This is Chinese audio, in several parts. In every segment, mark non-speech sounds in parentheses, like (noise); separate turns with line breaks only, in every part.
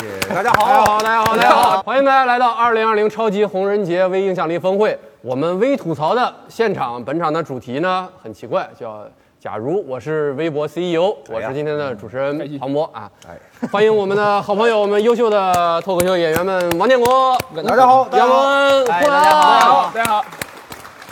谢，大家好，
大家好，大家好，大家好，欢迎大家来到二零二零超级红人节微影响力峰会。我们微吐槽的现场，本场的主题呢很奇怪，叫“假如我是微博 CEO”，我是今天的主持人庞博啊。欢迎我们的好朋友，我们优秀的脱口秀演员们，王建国，
大家好，大家
杨
好，
文，
哎
霍
大家好大
乱
家好
大家好，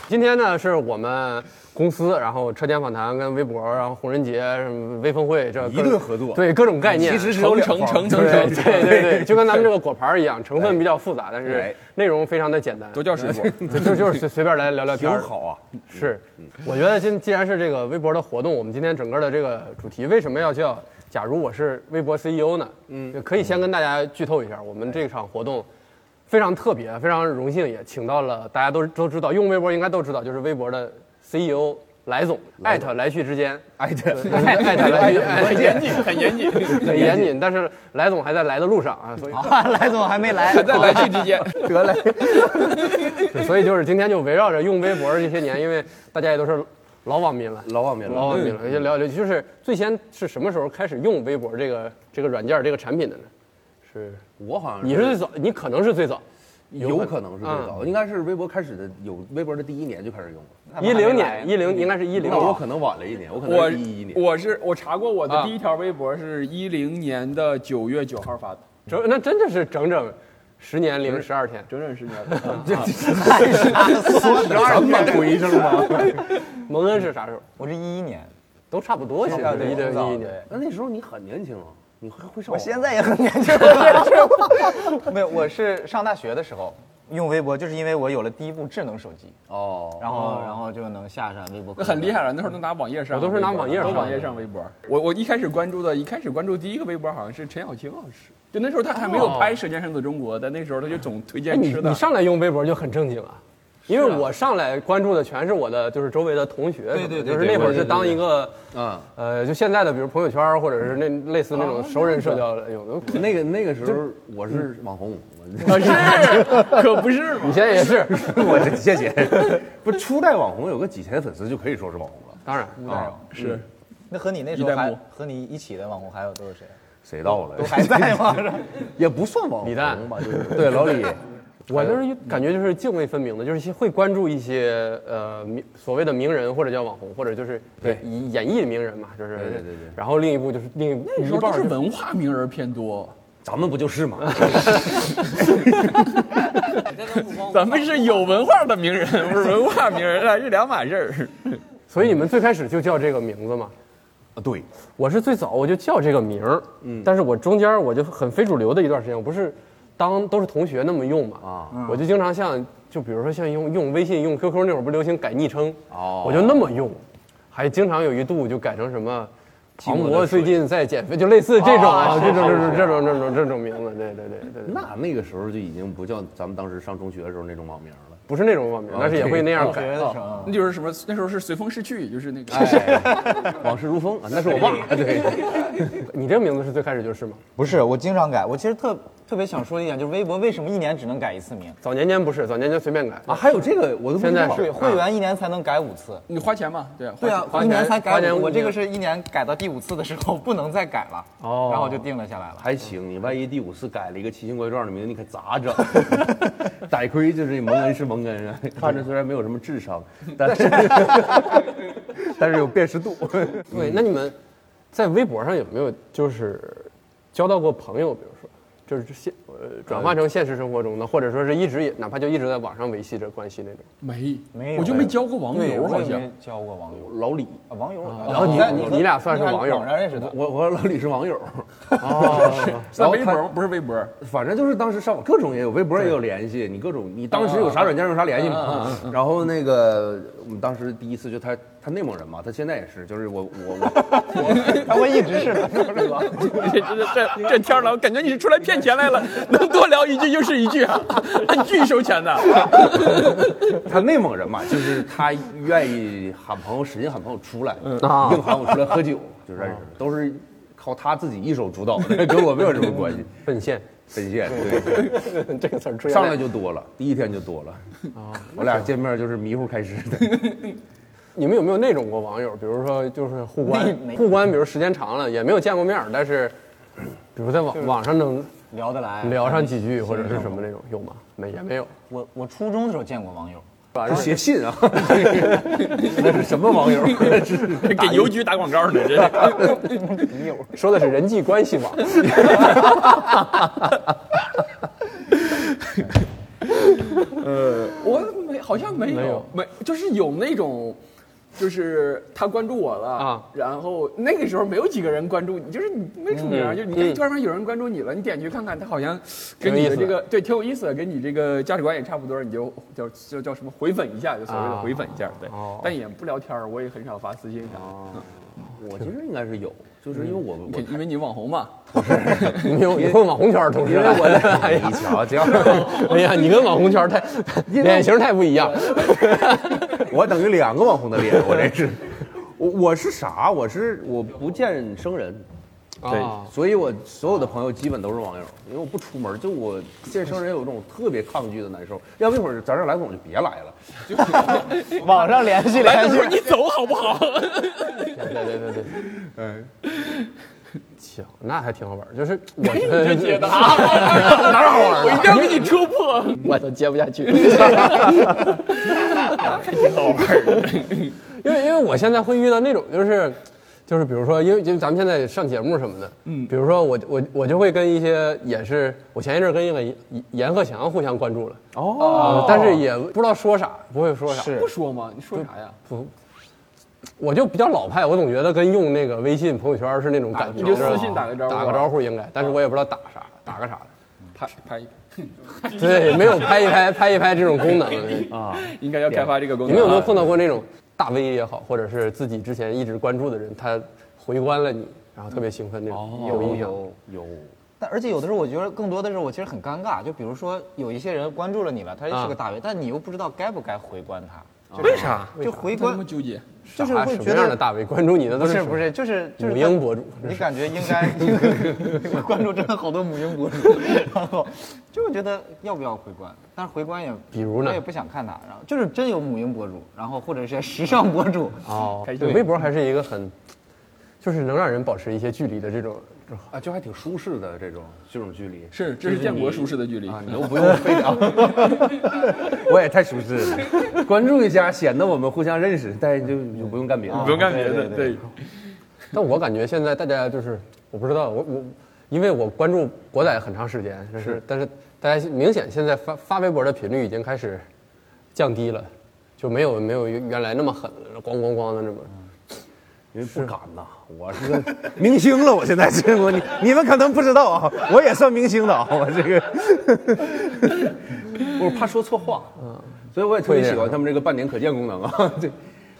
今天呢，是我们公司，然后车间访谈跟微博，然后红人节、什么微峰会，这各
一顿合作
对各种概念，
其实是
成
有两
成
方
成成
对
成
对对对，就跟咱们这个果盘儿一样，成分比较复杂，但
哎
是内容非常的简单，
都叫师傅。
就 (laughs) 就就是随随便来聊聊
挺
天儿
好啊，
是，我觉得今既然是这个微博的活动，我们今天整个的这个主题为什么要叫“假如我是微博 CEO 呢”？嗯，可以先跟大家剧透一下，我们这场活动非常特别，非常荣幸也请到了大家都都知道，用微博应该都知道，就是微博的 CEO 来总，艾特来去之间，
哎这
(laughs) 对艾特来去，
哎
艾特
严谨，很严谨，
很严谨，但是来总还在来的路上啊，所以
啊，来总还没
哎
来，
在来去之间，
得嘞，
对 (laughs) 所以就是今天就围绕着用微博这些年，因为大家也都是老网民了，
老网民
老
了，嗯
网民了，就聊聊，就是最先是什么时候开始用微博这个这个软件这个产品的呢？是
我好像
你是最早，你可能是最早，嗯
有可能是最早的，应该是微博开始的，有微博的第一年就开始用了，
一零年，一零应该是一零，
那我可能晚了一年，我可能
我
是一一年，
我是我查过我的
啊
第一条微博是一零年的九月九号发的，
整那真的是整整十年零十二天，哎
整整十
(laughs)
年了。
十二年回声吗？
(laughs) 蒙恩是啥时候？
我是一一年，
都差不多，其实
差不多
一零
早
一一
对
年。
那那时候你很年轻啊，你还会上网？
我现在也很年
(laughs)
轻，是没有，我是上大学的时候用微博，就是因为我有了第一部智能手机，
哦，
然后然后就能下上微博，
那很厉害了，那时候都拿网页上微博，
我都是拿网页上
都网页上微博。我我一开始关注的，一开始关注第一个微博好像是陈小青老师，就那时候他还没有拍《舌尖上的中国》，但那时候他就总推
哎，
荐
你
吃的
你。上来用微博就很正经啊，因为我上来关注的全是我的就是周围的同学什么
对
的，
对对
就是那会儿是当一个
嗯，
呃，就现在的比如朋友圈儿或者是那类似那种熟人社交有的。哎
(laughs) 那个那个时候我
嗯
是网红，
可是，可不是嘛
你？现在也是，
我这谢 (laughs) 谢，不是初代网红有个几千粉丝就可以说是网红了，
当然
啊，
是
那和你那时候
一代
还
目
和你一起的网红还有都有谁？ (laughs)
谁到了
都还在 (laughs) 吗？
也不算网红
李诞
吧，就是对老李，
我就是感觉就是泾渭分明的，就是一些会关注一些呃名所谓的名人或者叫网红，或者就是
对
演演艺名人嘛，就是
对对对对
然后另一部就是另一
那时
一
候
半
都
儿
是
就是
文化名人偏多。
咱们不就是吗？ (laughs)
咱们是有文化的名人，不是文化名人，啊，是两码事儿。
所以你们最开始就叫这个名字嘛。
啊，对，
我是最早我就叫这个名儿，但是我中间我就很非主流的一段时间，我不是当都是同学那么用嘛，
啊
我就经常像就比如说像用用微信、用 QQ 那会儿不流行改昵称，
哦
我就那么用，还经常有一度就改成什么。庞
寞
博
的
最
水
近在减肥，就类似这种啊，
哦
这种
是
这
是
种这种
是
这种这种名字，对对对对对，
那那个时候就已经不叫咱们当时上中学的时候那种网名了。
不是那种网名，但是也会那样
上学
改。
的时候
那就是什么？那时候是随风逝去，就是那个。
哎，
(laughs)
往事如风啊，那是我爸。 (laughs) 对，
你这个名字是最开始就是吗？
不是，我经常改。我其实特特别想说一点，就是微博为什么一年只能改一次名
早年间不是，早年间随便改
啊，还有这个我都不知道
现在
对，会员一年才能改五次。
你花钱嘛？对啊，
嗯对啊
花，
花
一年
钱
才
花
改
钱
五，
五
我这
年
个是一年改到第五次的时候不能再改了，
哦
然后就定了下来了。
还行，你万一第五次改了一个奇形怪状的名，你可咋整？ (laughs) 歹亏就是蒙恩是蒙恩啊，看着虽然没有什么智商，但是 (laughs) 但是有辨
(laughs)
识度。
对，那你们在微博上有没有就是交到过朋友？比如说，就是现呃转化成现实生活中的，或者说是一直也哪怕就一直在网上维系着关系那种。
没
没有
我就没交过网
对，
友，
我
好
也没
像。
交过网友，
老李，
啊网友。
然后你
在
你
和
你俩算是
你
网友
网上认识的。
我我和老李是网友，
哦，
在
然后
微博
他
吗不是微博，
反正就是当时上网各种也有，微博也有联系，你各种你当时有啥软件用啥联系嘛。然后那个我们当时第一次就他他内蒙人嘛，他现在也是，就是我我我
他会一直是的，是吧？
(laughs) 这这这这天儿了，我感觉你是出来骗钱来了，能多聊一句就是一句啊，按句收钱的。
(laughs) 他内蒙人嘛，就是他愿意喊朋友，使劲喊朋友出来，
啊
硬喊我出来喝 (laughs) 酒，就认识的，都是靠他自己一手主导 (laughs) 的，跟我没有什么关系。
奔现，
奔现对。
这个词儿出现
上
在
来就多了，第一天就多了。我俩见面就是迷糊开始的，
你们有没有那种过网友？比如说，就是互关
没没
互关，比如时间长了也没有见过面儿，但是，比如在网网上能
聊得来。
聊上几句或者是什么那种，有吗？没也没有。
我我初中的时候见过网友，
就写信 (laughs) 啊，那是什么网友？那是
给邮局打广告呢，这是
说的是人际关系网，
我没好像没有
没有
没就是有那种。就是他关注我了
啊
然后那个时候没有几个人关注你，就是你没什么人啊，
嗯
就是你哎突然发现有人关注你了，你点去看看，他好像
挺
跟
有意
你的
思
这个对挺有意思的，跟你这个价值观也差不多，你就叫叫叫什么回粉一下，就所谓的
啊
回粉一下，对
哦，
但也不聊天儿，我也很少发私信啥的，
我其实应该是有，就是因为我我
你因为你网红嘛，
你们有你混网红圈儿，同时
因为 (laughs) 我
的，
在一瞧，这样
(laughs) 哎呀，你跟网红圈儿太脸型太不一样。
我等于两个网红的脸，我这是。我我是啥？我是我不见生人，
啊，
所以我所有的朋友基本都是网友，因为我不出门，就我见生人有一种特别抗拒的难受。要不一会儿咱这来总就别来了，
网上联系联系，
你走好不好？
对对对对，嗯，行，那还挺好玩儿。就是我觉
(laughs)
得
接的啊，
哪儿好玩儿
我一
啊？
定要给你戳破。
我都接不下
(laughs)
去。
好玩儿，
因为因为我现在会遇到那种就是，就是比如说，因为因为咱们现在上节目什么的，嗯，比如说我我我就会跟一些也是我前一阵儿跟一个严严鹤翔互相关注了哦、但是也不知道说啥，不会说啥，
是
不说吗？你说啥呀？
我就比较老派，我总觉得跟用那个微信朋友圈是那种感觉，
你就私信打个招呼
打个招呼应该，但是我也不知道打啥，打个啥的，
拍拍一
对，没有拍一拍拍一拍这种功能啊。
应该要开发这个功啊
你们
能。
有没有碰到过那种大 V 也好，或者是自己之前一直关注的人，他回关了你，然后特别兴奋那种？有印象吗？
哦有
但而且有的时候，我觉得更多的是我其实很尴尬。就比如说，有一些人关注了你了，他是
啊
个大 V，、但你又不知道该不该回关他。为啥？就回
他那
关
么，纠结？
就是
啥
会
什么
觉
样的
得
大 V 关注你的都
不是
什么
不是，就是就是
母婴博主
你感觉应
(laughs)
该我关注真的好多母婴博主，然后就觉得要不要回关，但是回关也
比如呢
我也不想看他，然后就是真有母婴博主，然后或者是时尚博主，
哦
开，心
对，微博还是一个很，就是能让人保持一些距离的这种。
啊，就还挺舒适的这种这种距离。
是，这是建国舒适的距离。
你都不用非常，我也太舒适了。关注一下，显得我们互相认识，但就就啊不用干别的。
不用干别的，对，
(laughs) 但我感觉现在大家就是，我不知道，我我，因为我关注国仔很长时间，就是，但是大家明显现在发发微博的频率已经开始降低了，就没有没有原来那么狠了，咣咣咣的那么。
嗯
因为不敢呐。我是个明星了，我现在是我你你们可能不知道啊，我也算明星的啊，我这个，我怕说错话，所以我也特别喜欢他们这个半年可见功能啊， (laughs) 对，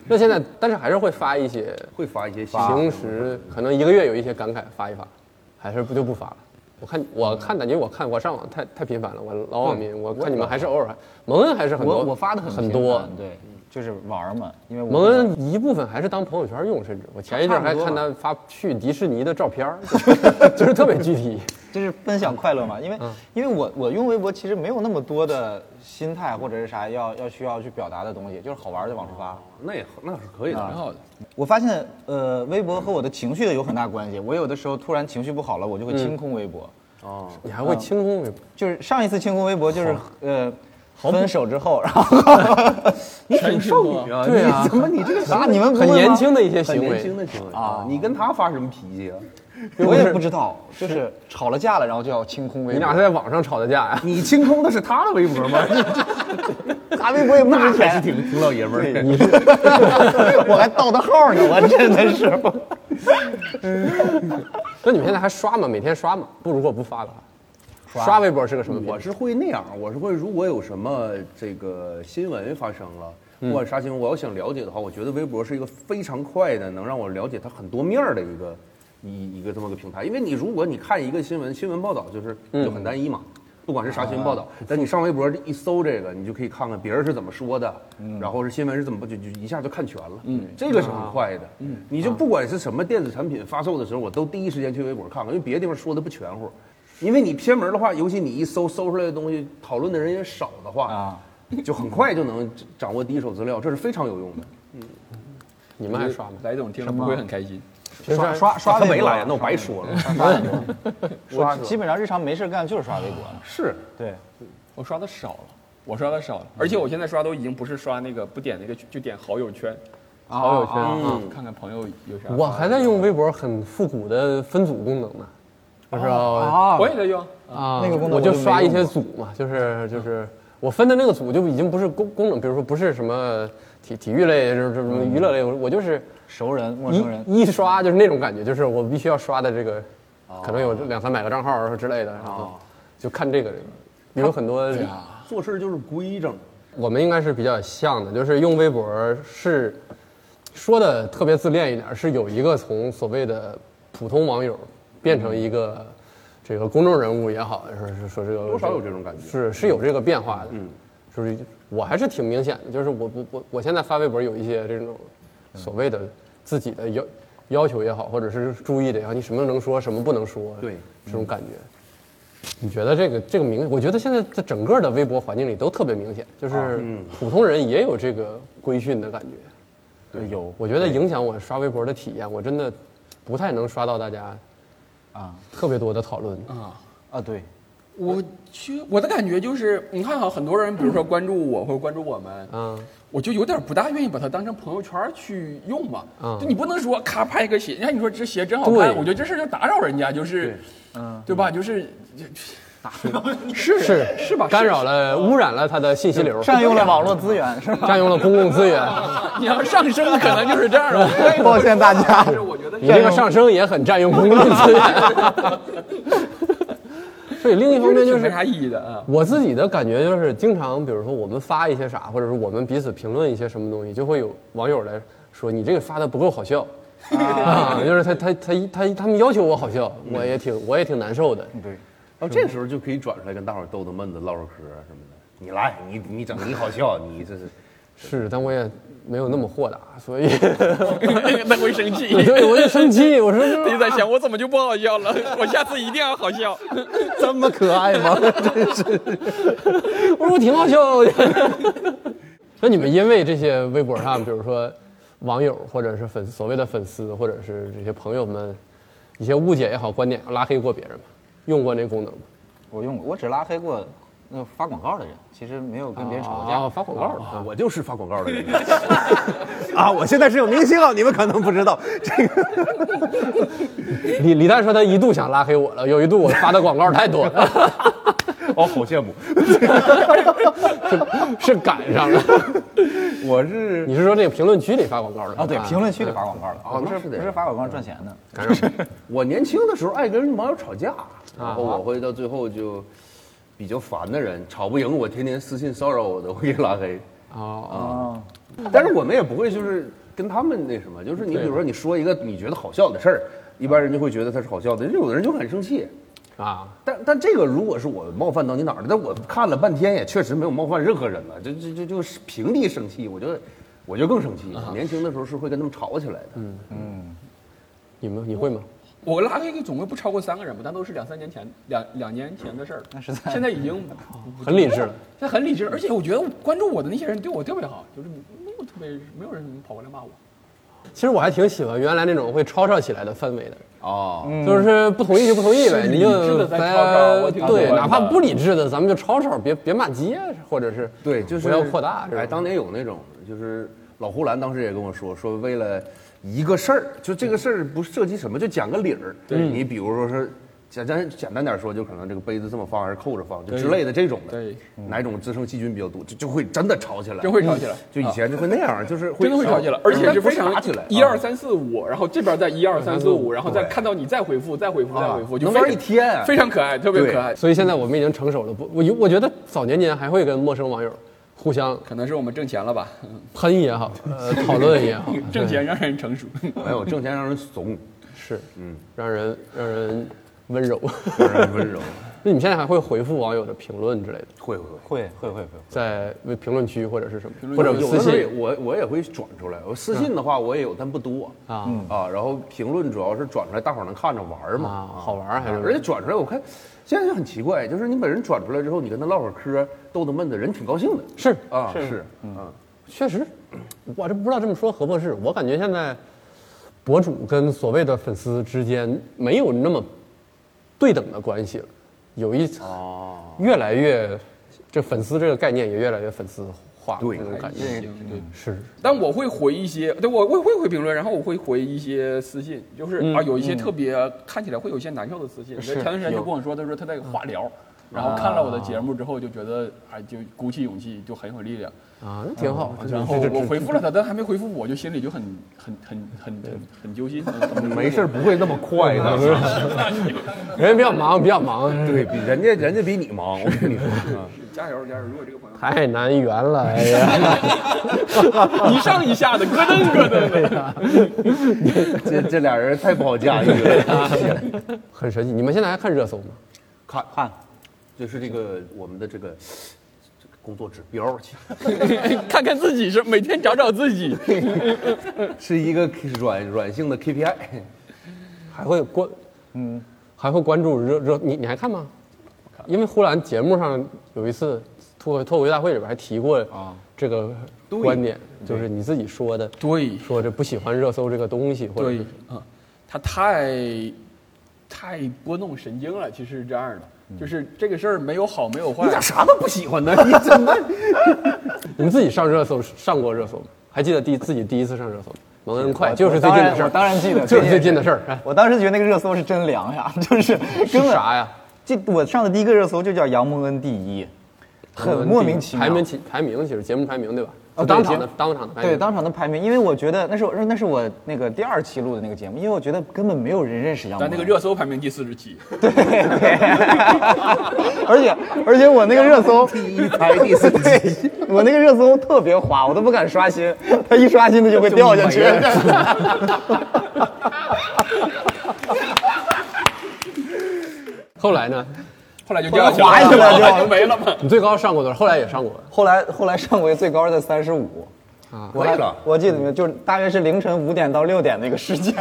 那现在，但是还是会发一些，
会发一些信息
平时可能一个月有一些感慨发一发，还是不就不发了。我看我看感觉我看我上网太太频繁了，我老网民，我看你们还是偶尔还，蒙恩还是很多，
嗯我我发的很
很
频
多
繁，对，就是玩儿嘛，因为我
蒙恩一部分还是当朋友圈用，甚至我前一阵还看他发去迪士尼的照片儿，就是特别具体。
就是分享快乐嘛，
嗯
因为、因为我我用微博其实没有那么多的心态或者是啥要要需要去表达的东西，就是好玩儿就往出发。
(laughs) 那也那是可以
挺
的，
好的。
我发现，呃，微博和我的情绪有很大关系。我有的时候突然情绪不好了，我
嗯
就会清空微博。
哦，
你还会清空微博，
就是上一次清空微博就是呃，分手之后，然后
(laughs) 你挺少女
(laughs)
啊，
对啊
你 (laughs) 怎么你这个行
啊，
为
(laughs) 你们不会
很
吗
年，轻的一些
很
行
年轻
为，
的行为啊，你跟他发什么脾气啊？
我也不知道，就是吵了架了，然后就要清空微
你
博。
俩是在网上吵的架呀？
你清空的是他的微博吗？
啥微博也不
那
值
还
钱，
是
(laughs)
挺挺老爷们儿的。
我还盗的号呢，我真的是。
(laughs) 那你们现在还刷吗？每天刷吗？不，如果不发的话，刷微博是个什么频率？
我是会那样，我是会如果有什么这个新闻发生了，不管啥新闻，我要想了解的话，我觉得微博是一个非常快的，能让我了解它很多面儿的一个一一个这么个平台。因为你如果你看一个新闻，新闻报道就是就很单一嘛。不管是啥新闻报道，但你上微博一搜这个，你就可以看看别人是怎么说的，然后是新闻是怎么就就一下就看全了。嗯，这个是很快的。嗯，你就不管是什么电子产品发售的时候，我都第一时间去微博看看，因为别的地方说的不全乎。因为你偏门的话，尤其你一搜搜出来的东西，讨论的人也少的话，
啊，
就很快就能掌握第一手资料，这是非常有用的。
你们还刷吗？
来总听了不会很开心。
平时
刷
还
刷啊刷
他
微
没
博
来，那我白说了。
我基本上日常没事干就是刷微博了。
是，
对，
我刷的少了，我刷的少了，而且我现在刷都已经不是刷那个不点那个就点好友圈，
好有趣。
嗯，看看朋友有啥。
我还在用微博很复古的分组功能呢，我知道
啊
我也在用，
啊，
那个功能
我
我
就
就
刷
没
一
用
些
过
组嘛，就是就是我分的那个组就已经不是功功能，比如说不是什么体体育类，就是什么娱乐类，我我就是
熟人、陌生人，
一一刷就是那种感觉，就是我必须要刷的这个，可
哦
能有两三百个账号之类的，然后就看这个，里有很多
(laughs)
啊
做事就是规整。
我们应该是比较像的，就是用微博是说的特别自恋一点，是有一个从所谓的普通网友变成一个这个公众人物也好，说是说这个
嗯多少有这种感觉
是是有这个变化的，嗯，就是我还是挺明显的，就是我不我我现在发微博有一些这种所谓的自己的要要求也好，或者是注意的也好，你什么能说，什么不能说，
对，
这种感觉。你觉得这个这个明？我觉得现在在整个的微博环境里都特别明显，就是普通人也有这个规训的感觉。
对有
我觉得影响我刷微博的体验，我真的不太能刷到大家
啊
特别多的讨论。
啊对，
我去，我的感觉就是，你看哈，很多人比如说关注我或者关注我们，
嗯，
我就有点不大愿意把它当成朋友圈去用嘛。
嗯
就你不能说咔拍一个鞋，你看你说这鞋真好看，
对
我觉得这事儿就打扰人家，就是，嗯，对吧？就是
是是
是吧
干
是
扰了、污染了他的信息流，
占用了网络资源是吧？
占用了公共资源。
你要上升，可能就是这
(laughs)
样了。
抱歉大家
但，是我觉得
你这个上升也很占用公共资 (laughs) 源。所以另一方面就
没
是
啥意义的
(laughs)
啊。
我自己的感觉就是，经常比如说我们发一些啥，或者是我们彼此评论一些什么东西，就会有网友来说你这个发的不够好笑。 (laughs) 啊，嗯就是他他他他他们要求我好笑，我也挺我也挺难受的。
对，
然后这时候就可以转出来跟大伙儿逗逗闷子、唠唠嗑儿什么的。你来，你你整你好笑，你这是
是，但我也没有那么豁达，所 (laughs) 以
(laughs) 那会生气。
对我就生气，我 (laughs) 说
你在想我怎么就不好笑了？我下次一定要好笑。
这么可爱吗？
(laughs) 我说我挺好笑的。 (laughs) 那你们因为这些微博上，比如说网友或者是粉所谓的粉丝，或者是这些朋友们一些误解也好、观点拉黑过别人吗？用过那功能吗？
我用过，我只拉黑过那发广告的人，其实没有跟别人吵过架。
啊，发广告
哦
的。
我就是发广告的
(laughs)
人。
啊，我现在是有明星啊，你们可能不知道，
李李诞说他一度想拉黑我了，有一度我发的广告太多了，
哦，好羡慕。
是赶上了。
我是
你是说这个评论区里发广告的
啊，对，评论区里发广告的，
哦
不
那
是
是
不
得
是发广告赚钱的，
我年轻的时候爱跟网友吵架，然后我会到最后就比较烦的人，吵不赢我，天天私信骚扰我的，我给拉黑。啊
哦，
但是我们也不会就是跟他们那什么，就是你比如说你说一个你觉得好笑的事儿，一般人就会觉得它是好笑的，有的人就很生气。
啊，
但但这个如果是我冒犯到你哪儿了，但我看了半天也确实没有冒犯任何人了，这这这就是平地生气，我就我就更生气。年轻的时候是会跟他们吵起来的，
你们你会吗？
我拉黑总共不超过三个人吧，但都是两三年前、两两年前的事儿了。
那是在
现在已经
很理智了。
现在很理智，而且我觉得关注我的那些人对我特别好，就是没有特别没有人跑过来骂我。
其实我还挺喜欢原来那种会吵吵起来的氛围的。
哦，
就是不同意就不同意呗，
是
你
理智
就
地在吵吵我挺喜欢
对，
的
哪怕不理智的，咱们就吵吵，别别骂街，啊或者是
对，
嗯
就是
不要扩大。是吧
哎，当年有那种，就是老呼兰当时也跟我说，说为了一个事儿，就这个事儿不涉及什么，就讲个理儿。对你比如说是简单简单点说，就可能这个杯子这么放还是扣着放，就之类的这种的，
对
哪种滋生细菌比较多，就就会真的吵起来，
真会吵起来
就以前就会那样，就是
真的会吵起来，而且是非常
嗯打起来，嗯
一二三四五，然后这边再一二三四五，然后再看到你再回复，再回复，再回复，就
能玩
非常
一天
非常可爱，特别
对
可爱。
所以现在我们已经成熟了，不，我我觉得早年间还会跟陌生网友互相
可能是我们挣钱了吧，，
喷也好，呃，讨论也好
(laughs) 挣钱让人成熟。
没有哎挣钱让人怂，
是，嗯，让人让人温柔。 (laughs)
让人
(laughs)
温柔，
那你现在还会回复网友的评论之类的，
会会会。
会会会会，
在评论区或者是什么，
论
或者
区
有
私
的时候也
信
我我也会转出来，我私信的话我也有，但不多
啊
啊。然后评论主要是转出来，大伙儿能看着玩儿嘛，哎
啊，好玩儿还
而且
是
转出来，我看现在就很奇怪，就是你把人转出来之后，你跟他唠会儿嗑，逗逗闷子，人挺高兴的。
是
啊，是，嗯，
确实，我这不知道这么说合不合适。我感觉现在博主跟所谓的粉丝之间没有那么对等的关系了，有一越来越这粉丝这个概念也越来越粉丝化，
对
这种 (laughs) 感觉
还哎行对
是
但我会回一些，对我我会回评论，然后我会回一些私信，就是、
嗯
啊，有一些特别、看起来会有一些难受的私信。前段时间就跟我说，他说他在化疗，
嗯
然后看了我的节目之后，就觉得哎，就鼓起勇气，就很有力量。
啊，那挺好。
哦然后我回复了他，但还没回复我，就心里就很很很很很很揪心。
(laughs) 没事儿不会那么快的，
人家比较忙，比较忙，
(laughs) 对比人家人家比你忙，我跟你说，嗯
加油加油！如果这个朋友
太难圆了。哎呀， (laughs)
(laughs) 一上一下的咯噔咯噔的，
这这俩人太不好驾驭了。 (laughs)
很神奇。你们现在还看热搜吗？
看，
看
就是这个我们的这个。这个工作指标
看看自己是每天找找自己。
是一个软软性的 KPI，
还会关，嗯，还会关注热热，你你还看吗？因为呼兰节目上有一次脱脱口秀大会里边还提过
啊
这个观点，就是你自己说的，
对
说这不喜欢热搜这个东西，或者
对
是，
嗯，他太太拨弄神经了，其实是这样的，就是这个事儿没有好没有坏
你。咋啥都不喜欢呢？你怎么？
你们自己上热搜上过热搜吗？还记得第自己第一次上热搜吗？蒙恩快
我
就是最近的事儿，
我当然我当然记得
就是最近的事儿。哎
(laughs) 我当时觉得那个热搜是真凉呀，就是根本
啥呀？
这我上的第一个热搜就叫杨蒙恩第一，很莫名其妙。
排名起排名其实节目排名对吧？
啊
就
对
当场的
节目
当场的排名
对当场的排名，因为我觉得那是我那是我那个第二期录的那个节目，因为我觉得根本没有人认识杨蒙
(laughs) 咱
恩。
那个热搜排名第四十七，
(laughs) 而且而且我那个热搜，
一排第四季，
我那个热搜特别滑，我都不敢刷新，它一刷新它就会掉下去。 (laughs)
后来呢？
后来就掉
后来滑下来
了，
就
后来就没了嘛。
你最高上过多少？后来也上过。
后来后来上回最高在三十五。
啊
可以了。
我记得
嗯
就是大约是凌晨五点到六点那个时
(laughs)
间，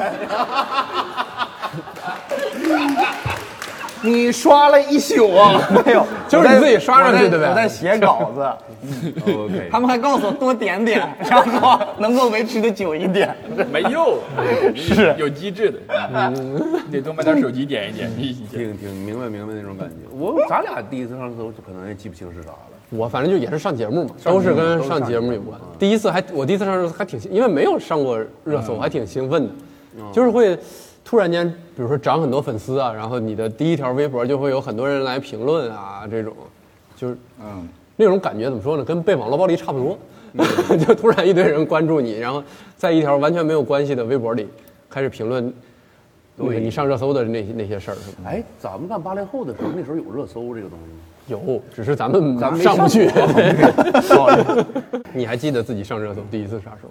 你刷了一宿啊
没有，
(laughs) 就是你自己刷上
我
去
在
对呗
我在写稿子，
(laughs)
(laughs)
？OK，
他们还告诉我多点 (laughs) 点，然后能够维持的久一点。
没用，是有机制的，嗯你得多买点手机点一点。
挺挺明白明白那种感觉。 (laughs) 我咱俩第一次上热搜，可能也记不清是啥了。
我反正就也是上节目嘛，都是跟上节目有啊关。第一次还我第一次上热搜还挺兴，因为没有上过热搜，还挺兴奋的，就是会突然间，比如说涨很多粉丝啊，然后你的第一条微博就会有很多人来评论啊，这种就是嗯那种感觉怎么说呢，跟被网络暴力差不多， (laughs) 就突然一堆人关注你，然后在一条完全没有关系的微博里开始评论那个
对
你上热搜的那那些事儿，是吧
哎，咱们干八零后的时候，那时候有热搜这个东西吗？
有，只是咱们
咱们没
上不去。
上
(laughs) 你还记得自己上热搜第一次啥时候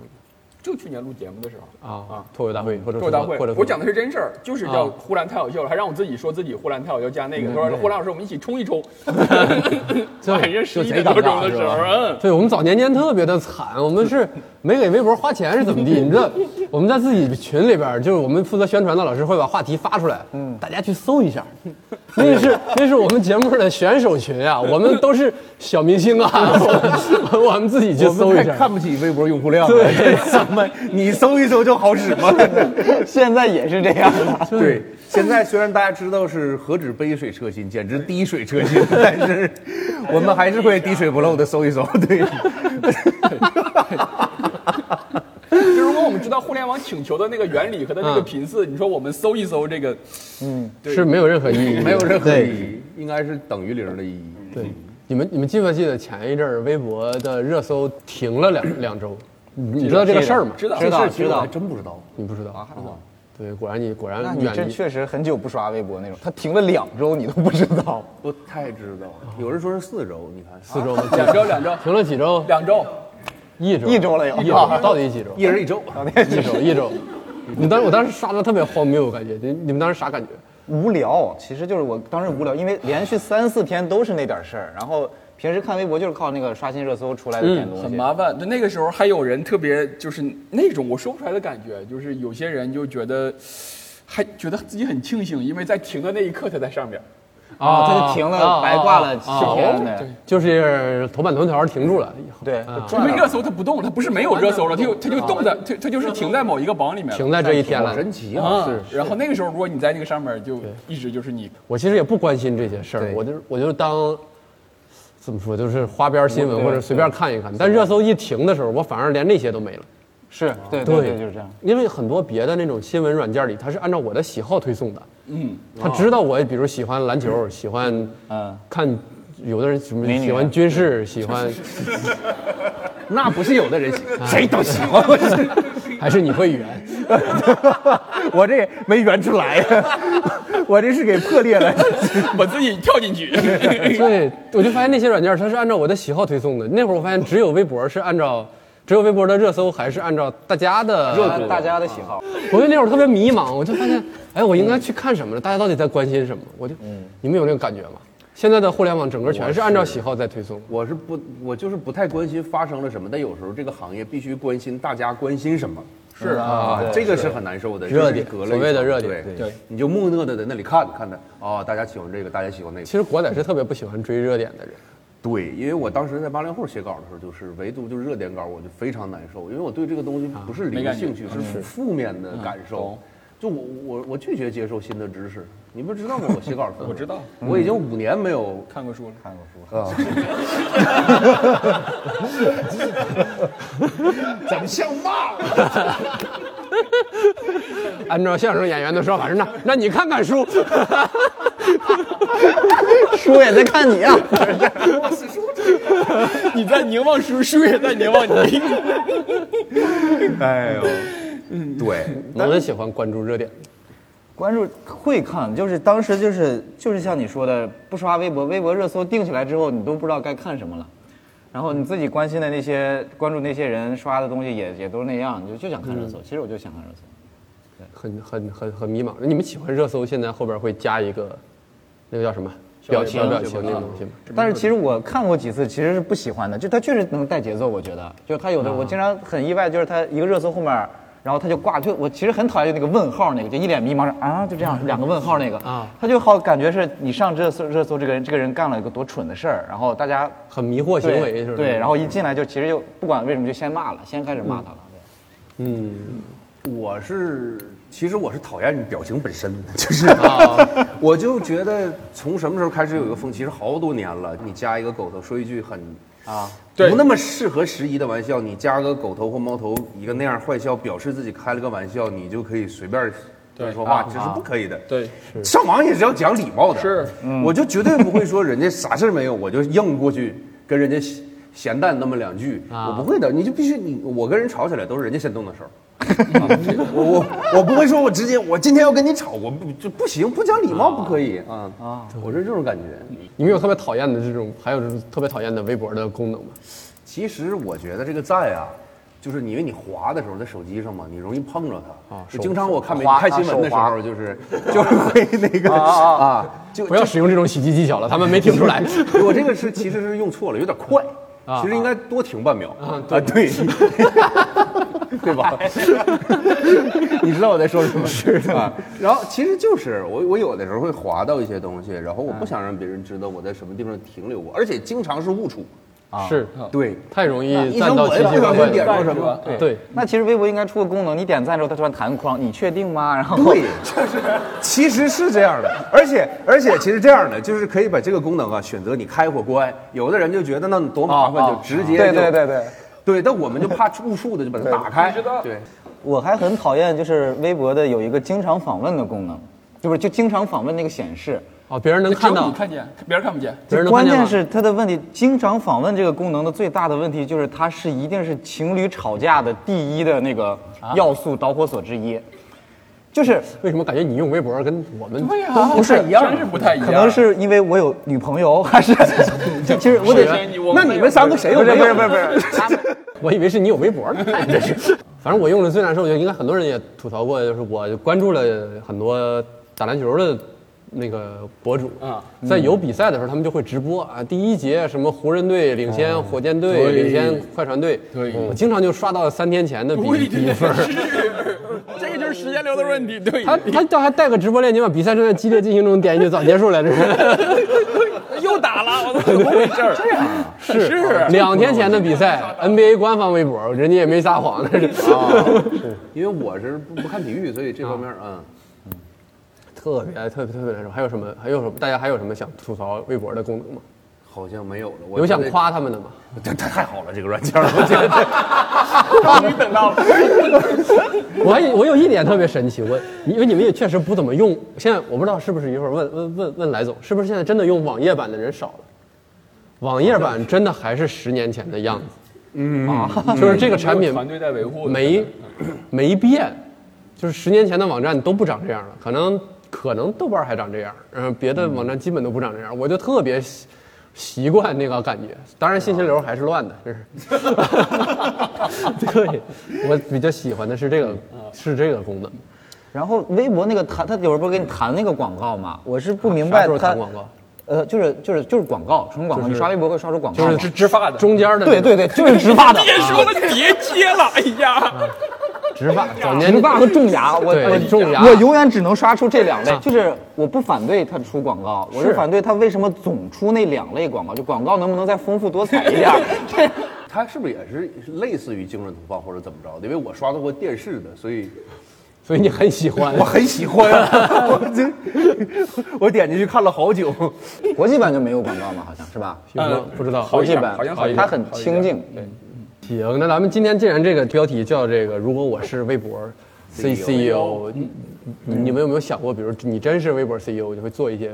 就去年录节目的时候，
吗？啊，脱口大会或者
脱口大会
或者，
我讲的是真事儿，就是叫
啊
呼兰太好笑了，还让我自己说自己呼兰太好笑加那个，他说呼兰老师，我们一起冲一冲。
这
晚上
这
十一
贼
点
尴
多
尬
钟的时候，
是吧
嗯，
对我们早年间特别的惨，我们是没给微博花钱是怎么地？你知道我们在自己群里边儿，就是我们负责宣传的老师会把话题发出来，大家去搜一下。那是那是我们节目的选手群啊，我们都是小明星啊， (laughs) 我们自己去搜一
太
下。
看不起微博用户量了。对， (laughs) 怎么你搜一搜就好使
(laughs)
吗？
现在也是这样的，
对，现在虽然大家知道是何止杯水车薪，简直滴水车薪，但是我们还是会滴水不漏 (laughs) 的搜一搜。对，
就如果我们知道呼互联网请求的那个原理和它那个
嗯
频次，你说我们搜一搜这个，对
是没有任何意义，
没有任何
对
意义，应该是等于零的意义。
对，你们你们记不记得前一阵儿微博的热搜停了两两周？嗯你知道这个事儿吗？
知道
知
这事
道
儿其
知
实我
道
还，真不知道。
你不知道啊？对，果然你果
那
然
你
远
这
离。
确实很久不刷微博那种，他停了两周你都不知道。
不太知道，有人说是四周，你看啊
四 (laughs) 周吗？
两周两周
停了几周？
两周，
一周，
一周了有 (laughs)
一周到底几周？
一人一周，
一周，一周。你当时我当时刷的特别荒谬，我感觉你你们当时啥感觉？
无聊，其实就是我当时无
嗯
聊，因为连续三四天都是那点事儿，然后平时看微博就是靠那个刷新热搜出来的点东西。
嗯很麻烦。就那个时候还有人特别就是那种我说不出来的感觉，就是有些人就觉得还觉得自己很庆幸，因为在停的那一刻他在上面。
啊，他就停了，
啊
白挂了
啊
七天
啊
的，
就是头版头条停住了，
对，
啊
就
因
赚
为
了
热搜它不动，它不是没有热搜了，它就它就动在它它就是停在某一个榜里面了。
停在这一天
好
了。
神奇
啊
啊！，
然后那个时候如果你在那个上面就一直就是你
我其实也不关心这些事儿，
对
我就是我就是当怎么说，就是花边新闻
对
或者随便看一看。但热搜一停的时候，我反而连那些都没了，
是，
(laughs)
对对对，就是这样。
因为很多别的那种新闻软件里，它是按照我的喜好推送的，
嗯，
他知道我比如喜欢篮球，喜欢
哦嗯
看有的人什么
美女啊
喜欢军事，喜欢
(laughs)
那不是有的人喜欢，
谁都喜
啊
欢，我是
还是你会
(laughs)
员，
(laughs) 我这没圆出来， (laughs) 我这是给破裂了。
我自己跳进去。
对，我就发现那些软件它是按照我的喜好推送的。那会儿我发现只有微博是按照。只有微博的热搜还是按照大家的
大大家的喜
嗯
好。
我就那会儿特别迷茫，我就发现，哎，我应该去看什么呢？大家到底在关心什么？我就，
嗯
你们有那个感觉吗？现在的互联网整个全是按照喜好在推送。
(laughs) 我是不，我就是不太关心发生了什么，但有时候这个行业必须关心大家关心什么。是啊，这个是很难受的。
热点
就是隔了一
所谓的
层
热点
对
对，
你就木讷的在那里看，看着啊，大家喜欢这个，大家喜欢那个
其。实国仔是特别不喜欢追热点的人，
对，因为我当时在八零后写稿的时候，就是唯独就是热点稿，我就非常难受，因为我对这个东西不是
啊没
零
感觉嗯
兴趣，是负面的感受
懂。
就我我我拒绝接受新的知识，你不知道吗？我写稿的时候
(laughs) 我知道，
我已经五年没有
看过书了，看过书。 (laughs)
按照相声演员的说法是那那你看看书，
(laughs) 书也在看
(laughs)
你啊，
你在凝望书，书也在凝望你。
哎呦，对，
嗯我很喜欢关注热点。
关注会看，就是当时就是就是像你说的，不刷微博，微博热搜定起来之后，你都不知道该看什么了。然后你自己关心的那些关注那些人刷的东西也也都是那样，你就就想看热
嗯
搜。其实我就想看热搜。
很很很很迷茫。你们喜欢热搜，现在后边会加一个，那个叫什么表情表情那种东西吗？
但是其实我看过几次，其实是不喜欢的，就它确实能带节奏，我觉得，就它有的我经常很意外，就是它一个热搜后面。然后它就挂，就我其实很讨厌就那个问号那个，就一脸迷茫啊，就这样两个问号那个
啊
啊，它就好感觉是你上热搜热搜这个人这个人干了一个多蠢的事儿，然后大家
很迷惑行
对
为是吧？
对，然后一进来就其实就不管为什么就先骂了，先开始骂他了。
我是，其实我是讨厌表情本身， (laughs) 就是，
啊
我就觉得从什么时候开始有一个风气，其实好多年了。你加一个狗头，说一句很啊，
对
不那么适合时宜的玩笑，你加个狗头或猫头，一个那样坏笑，表示自己开了个玩笑，你就可以随便
对啊
说话，这是不可以的。
对，
上网也是要讲礼貌的。
是，嗯
我就绝对不会说人家啥事儿没有，我就硬过去跟人家闲闲淡那么两句，
啊
我不会的。你就必须你我跟人吵起来都是人家先动的手。啊我我我不会说，我直接我今天要跟你吵，我不就不行，不讲礼貌不可以啊啊！我是这种感觉。
你们有特别讨厌的这种，还有就是特别讨厌的微博的功能吗？
其实我觉得这个赞啊，就是你因为你滑的时候在手机上嘛，你容易碰着它。就经常我看媒体
滑
看新闻的时候，就是 (laughs) 就是会那个啊，就
不要使用这种喜剧技巧了，他们没听出来。
(laughs) 我这个是其实是用错了，有点快，其实应该多停半秒啊，对， (laughs) 对吧？你知道我在说什么？是的。然后其实就是我，我有的时候会滑到一些东西，然后我不想让别人知道我在什么地方停留过，而且经常是误触。啊
是，
对，
太容易
啊一
站
声
到
我
奇
也
奇
不
怪
小
怪
心点
的。
过什么，
对，
那其实微博应该出个功能，你点赞之后它突然弹框，你确定吗？然后
对，就是，其实是这样的，而且而且其实这样的，就是可以把这个功能啊选择你开或关。有的人就觉得那多麻烦，就直接
哦对
就
对对对，
对，但我们就怕误触的就把它打开。对，
我还很讨厌就是微博的有一个经常访问的功能，就不是就经常访问那个显示，
哦，别人能
只
看
有
到
你，看见，别人看不见。
别人能
关
看见
键
吗？
是它的问题，经常访问这个功能的最大的问题就是，它是一定是情侣吵架的第一的那个要素导火索之一，就是
为什么感觉你用微博跟我们
对呀，不
是一样
真是不太一样。
可能是因为我有女朋友，还是就其实我得
是你我
那你们三个谁有没有？
不是不是，
我以为是你有微博
(laughs)
呢，哎真是。反正我用的最难受，就应该很多人也吐槽过，就是我关注了很多打篮球的那个博主
啊，
在有比赛的时候，他们就会直播啊，第一节什么湖人队领先火箭队，领先快船队，
啊对
我经常就刷到三天前的比
对
比
对
分。
是，这个就是时间流的问题。对，
他他倒还带个直播链接，把比赛正在激烈进行中点进去，早结束了，这是
(laughs) 又打
(laughs)
了，我怎么回事儿？是啊是
两天前的比
(laughs)
赛，NBA 官方微博，人家也没撒谎，这是。
(laughs) 因为我哦是不不看体育，所以这方面啊，
特别特别特别难受。还有什么？还有什么？大家还有什么想吐槽微博的功能吗？
好像没有了。我
有想
觉得
夸他们的吗？
这 (laughs) 太太好了，这个软件儿，我觉得
(laughs) 我还有我有一点特别神奇，我因为你们也确实不怎么用，现在我不知道是不是一会儿问问问问来总，是不是现在真的用网页版的人少了？网页版真的还是十年前的样子，嗯，就是这个产品
团队在维护的
没 (clears throat) 没变，就是十年前的网站都不长这样了，可能可能豆瓣还长这样，然后别的网
嗯
站基本都不长这样，我就特别习习惯那个感觉。当然信息流还是乱的，这是。 (laughs) 对，我比较喜欢的是这个
嗯
是这个功能，
(laughs) 然后微博那个弹，它有时候不是给你弹那个广告嘛，我是不明
啥
白
时候
它
弹广告？
呃，就是就是就是广告，纯广告，你刷微博会刷出广告
就
嘛，
是
植发的，
中间的
对
(laughs)
对对，就是植发的，啊
别说了，别接了，哎呀，
植发，早年
植发和种牙，我
对
我
种牙
我永远只能刷出这两类
啊。
就是我不反对他出广告，我是
是
反对他为什么总出那两类广告？就广告能不能再丰富多彩一点？
(laughs)
这
它是不是也是类似于精准投放或者怎么着的？因为我刷到过电视的，所以
所以你很喜欢。
嗯
我很喜欢，
啊 (laughs)
我这我点进去看了好久。
国际版就没有广告嘛？好像是吧？
有吗
嗯？
不知道，
好
国
一
际
点
版
好像好一点
它很清静。
行，那咱们今天既然这个标题叫这个，如果我是微博 C
E
CEO，你
嗯
你你们有没有想过，比如你真是微博 CEO，你会做一些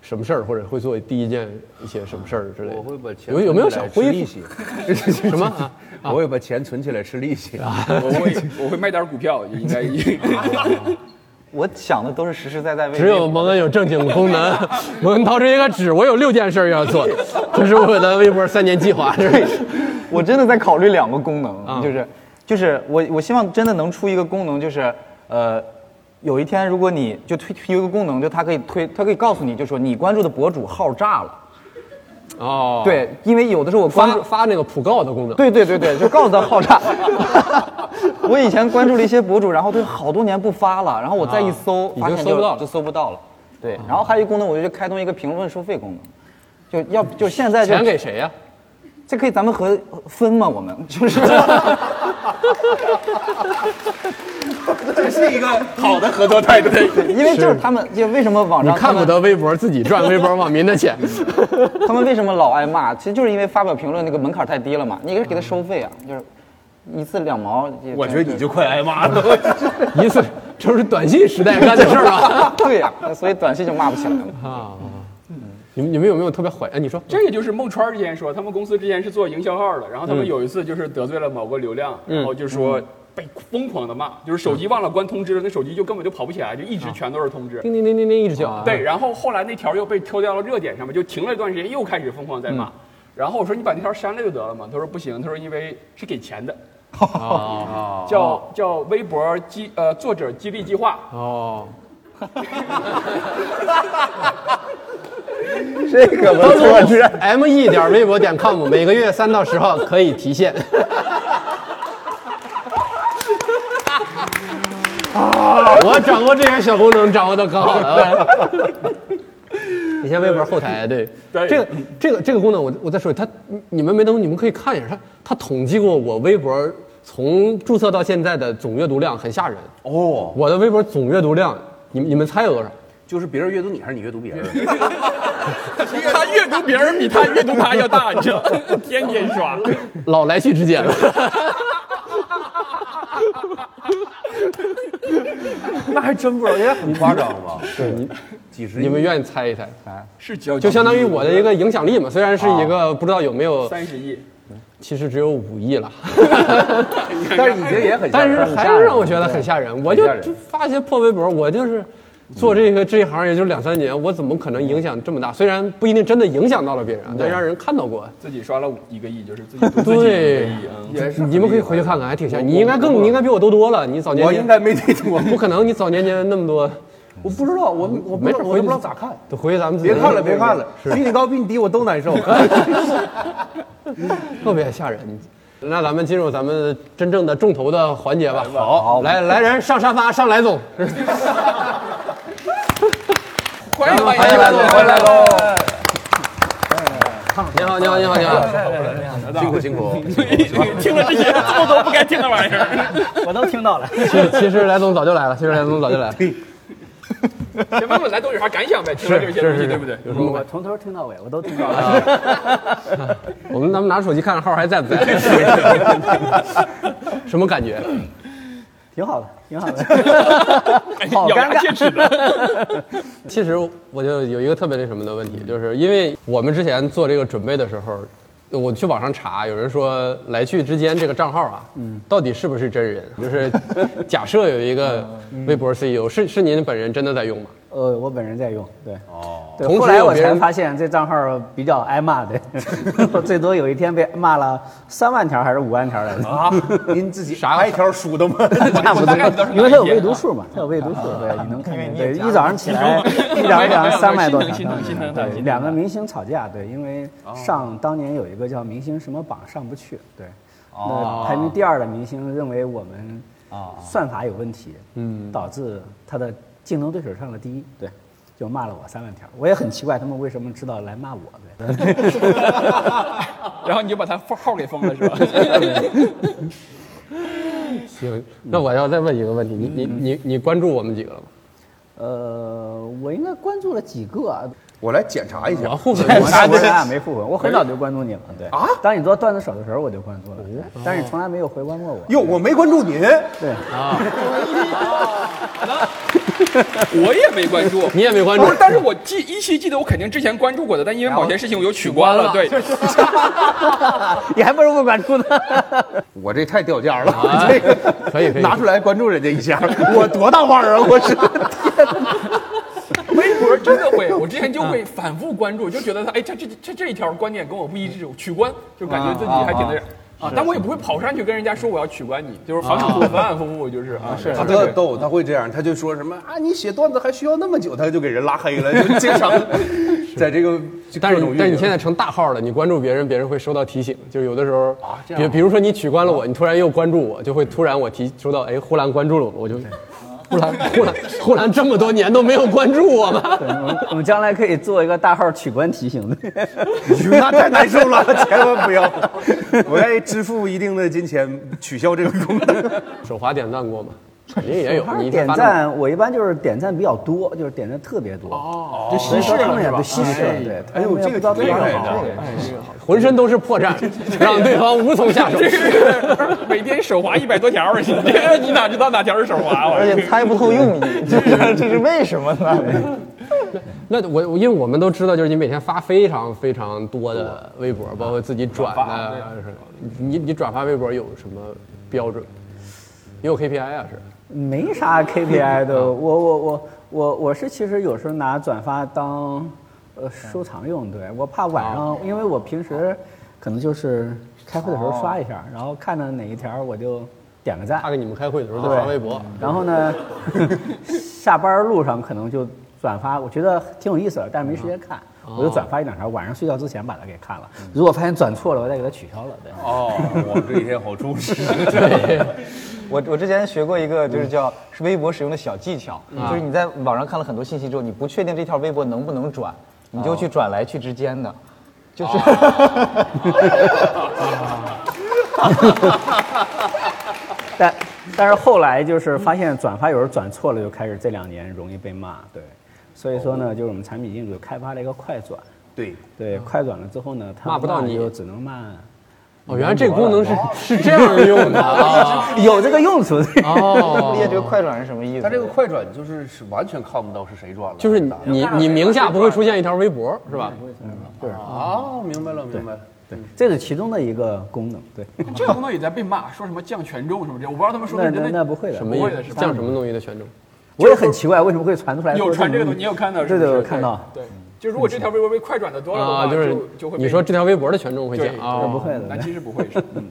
什么事儿，或者会做第一件一些什么事儿之类的？
我会把钱
有有没有
存起
想
来吃
恢
利
复
息？
(laughs) 什么啊？
(laughs) 我会把钱存起来吃利息啊。
我会我会卖点股票，应 (laughs) 该
我想的都是实实在在为。
只有蒙恩有正经功
(laughs)
能，蒙恩掏出一个纸，我有六件事儿要做，这是我的微博三年计划。这
(laughs)
是
(laughs) 我真的在考虑两个功
嗯
能，就是就是我我希望真的能出一个功能，就是呃。有一天，如果你就推推一个功能，就它可以推，它可以告诉你，就说你关注的博主号炸了。
哦，，
对，因为有的时候我关
发
注，
发那个普告的功能。
对对对对，就告诉他号召。 (laughs) 我以前关注了一些博主，然后他好多年不发了，然后我再一搜，
啊已经
发现就
搜不到了嗯
就搜不到了。对，然后还有一个功能，我就开通一个评论收费功能，就要就现在就
钱给谁呀、
这可以咱们和分吗？我们就是
这是一个
好的合作态度。
因为就是他们就为什么网
你
上
看不得微博自己赚微博网民的
(laughs)
钱，
他们他们为什么老挨骂？其实就是因为发表评论那个门槛太低了嘛，你给给他收费啊，就是一次两毛。
我觉得你就快挨骂了。
(laughs) 一次这是短信时代干的事儿啊。
(laughs)
(laughs)
对呀、所以短信就骂不起来了。
啊，你们你们有没有特别怀？哎，你说
这个就是孟川之前说，他们公司之前是做营销号的，然后他们
嗯
有一次就是得罪了某个流量，然后就说被疯狂的骂，就是手机忘了关通知了，那手机就根本就跑不起来，就一直全都是通知。
叮叮叮叮叮一直啊叫啊，
对，，然后后来那条又被抽掉了热点上面，就停了一段时间，又开始疯狂在
嗯
骂。然后我说你把那条删了就得了嘛，他说不行，他说因为是给
(laughs)
钱的，啊叫叫微博激呃作者激励计划，
哦，
这个不错，这
m e 点微博点 com，每个月三到十号可以提现。 (laughs) 我掌握这些小功能，掌握的可好了。以前微博后台对
对
这个这个这个功能我，我再说一下，它你你们没登录，你们可以看一下，它它统计过我微博从注册到现在的总阅读量，很吓人。
哦，
我的微博总阅读量，你们你们猜有多少？
就是别人阅读你，还是你阅读别人？ (laughs)
他阅读别人比他阅读他
(laughs)
要大，你知道吗，天天刷。
老来去之间了。
那还真不知道，应该很夸张吧？
对你
几十亿，
你们愿意猜一猜？
是交
就相当于我的一个影响力嘛，虽然是一个不知道有没有，
三十亿，
其实只有五亿了，
但是已经也很吓
但
人
是
了，
还是让我觉得很吓人。我就
吓人
就发一些破微博，我就是做这个这一行也就两三年，我怎么可能影响这么大？虽然不一定真的影响到了别人，但让人看到过。
自己刷了五一个亿，就是自己
(laughs)
独自己一个
对
亿啊。
也是很
你们可以回去看看，还挺像。你应该更，你应该比我都多了。你早年
我
间
应该没听过，
(laughs) 不可能，你早年间那么多，
我不知道，我我
没
没
事，
我
回去
都不知道咋看。
都回去咱们自己
别看了，别看了，比你高比你低我都难 (laughs) 受。
特别吓人。那咱们进入咱们真正的重头的环节吧。好，来来人，上沙发，上来总。
欢迎欢迎
欢迎来
总
总，
欢迎来总。
你好，你好，你好，你好。
辛苦辛苦，
听了这些这么多不该听的玩意儿，
我都听到了。
其其实来总早就来了，其实来总早就来了。 (laughs)
先问问来都有啥感想呗？听了这些东西，对不对？
有什么
我
感？
从头听到尾，我都听到了。
我们咱们拿手机看看号还在 (laughs) 不在？什么感觉？
挺好的，挺好的。好
咬牙
尴尬
切齿了。
其实我就有一个特别那什么的问题，就是因为我们之前做这个准备的时候，我去网上查，有人说来去之间这个账号啊，到底是不是真人？ (laughs) 就是假设有一个微博 CEO，是是您本人真的在用吗？
呃，我本人在用，对。哦。对，
同时
后来
有
我
别
才
人
发现这账号比较挨骂的，我 (laughs) 最多有一天被骂了三万条还是五万条来着。啊，
您自己哎挨条数的吗？
(laughs)
差不
我大概知道
多
是，哪
因为它有
一天
未
啊
读数嘛，它有未读数，对，你能看见。对，一早上起来，一早上起来三百多条
心疼心疼心疼
对
心疼
两个明星吵架，对，因为上当年有一个叫明星什么榜上不去，对，那排名第二的明星认为我们算法有问题，哦嗯，导致他的竞争对手上了第一，对。就骂了我三万条，我也很奇怪他们为什么知道来骂我。对， (laughs)
然后你就把他号给封了是吧？ (laughs)
行，那我要再问一个问题，你你
嗯
你你关注我们几个了吗？
呃，我应该关注了几个啊，
(laughs) 我来检查一下
我。互粉
我啥不是啊？没复文，我很早就关注你了。对啊，哦当你做段子手的时候，我就关注了，对但是你从来没有回关过我。
哟，我没关注您，
对，
我也没关注。
(laughs) 你也没关注
不是，但是我记依稀记得我肯定之前关注过的，但因为某些事情我又取关了。对，
你还不如不关 (laughs) 注呢。
我这太掉价了
啊。
(laughs) 这个
可以可以
拿出来关注人家一 (laughs) 下，我多大腕儿啊！我是
微博真的会，我之前就会反复关注，就觉得他哎，这这这这一条观点跟我不一致，我取关，就感觉自己还挺那啥啊。但我也不会跑上去跟人家说我要取关你，就是反反复复反反复复，就是啊，嗯是
(laughs) 他特逗，他会这样，他就说什么啊，你写段子还需要那么久，他就给人拉黑了，就经 (laughs) 常在这个就
但
各
是
种
你但是你
运营
现在成大号了，你关注别人，别人会收到提醒。就有的时候，
啊
比比如说你取关了我，你突然又关注我，就会突然我提收到，哎，呼兰关注了我，我就呼兰呼兰呼兰这么多年都没有关注我吗？
我们我们将来可以做一个大号取关提醒的。
(laughs) 那太难受了， (laughs) 千万不要！我愿意支付一定的金钱取消这个功 (laughs) 能。
手滑点赞过吗？肯定也有，你一天
(laughs) 点
发那么
赞，我一般就是点赞比较多，就是点赞特别多。哦，就稀释了是吧？稀释了，对。哎呦，这个
挺好的
哎
浑身都是破绽，让对方无从下手。
每天手滑一百多条，你 (laughs) 这你哪知道哪条是手滑？啊我
而且猜不透用意，这是这是为什么呢？
(laughs) 那我我因为我们都知道，就是你每天发非常非常多的微博，包括自己转的，你你转发微博有什么标准？也有 KPI 啊，是。
没啥
嗯
KPI 的，我我我我我是其实有时候拿转发当呃
嗯
收藏用，对我怕晚
哦
上，因为我平时可能就是开会的时候刷一下，然后看到哪一条我就点个赞
怕，给你们开会的时候再
对，
哦发微博。
然后呢， (laughs) 下班路上可能就转发，我觉得挺有意思的，但是没时
嗯
间看，我就
哦
转发一两条，晚上睡觉之前把它给看了，如果发现转错了，我再给它取消了，对。
哦，我们这一天好充实。
我我之前学过一个，就是叫是微博使用的小技巧，就是你在网上看了很多信息之后，你不确定这条微博能不能转，你就去转来去之间的，就是。哦 (laughs)
但但是后来就是发现转发有时候转错了，就开始这两年容易被骂，对。所以
哦
说呢，就是我们产品经理就开发了一个快转，
对，
对，快转了之后呢，他
骂不到
骂
你
就只能骂
哦，原来这个功能是是这样用的啊！
(laughs) 有这个用处。
哦
理解这个快转是什么意思？
它这个快转就是是完全看不到是谁转了，
(laughs) 就是你你你名下不会出现一条微博是 (laughs) 吧？
啊，明白了明白了，
对， (laughs) 这是其中的一个功能。对，
这个功能也在被骂，说什么降权重什么这，我不知道他们说
那
的
那
真
那
的
不会的，
什么
不
意
会
思
的是？吧
降什么东西的权重？
我也很奇怪，为什么会传出来？
有传这个东西，你有看到？
对对，我看到。
对，就如果这条微博被快转的多了的
啊，
话，
就是
就就会被
你说这条微博的权重会
对
降
对
啊，
不会的
(laughs) 但其实不会是。嗯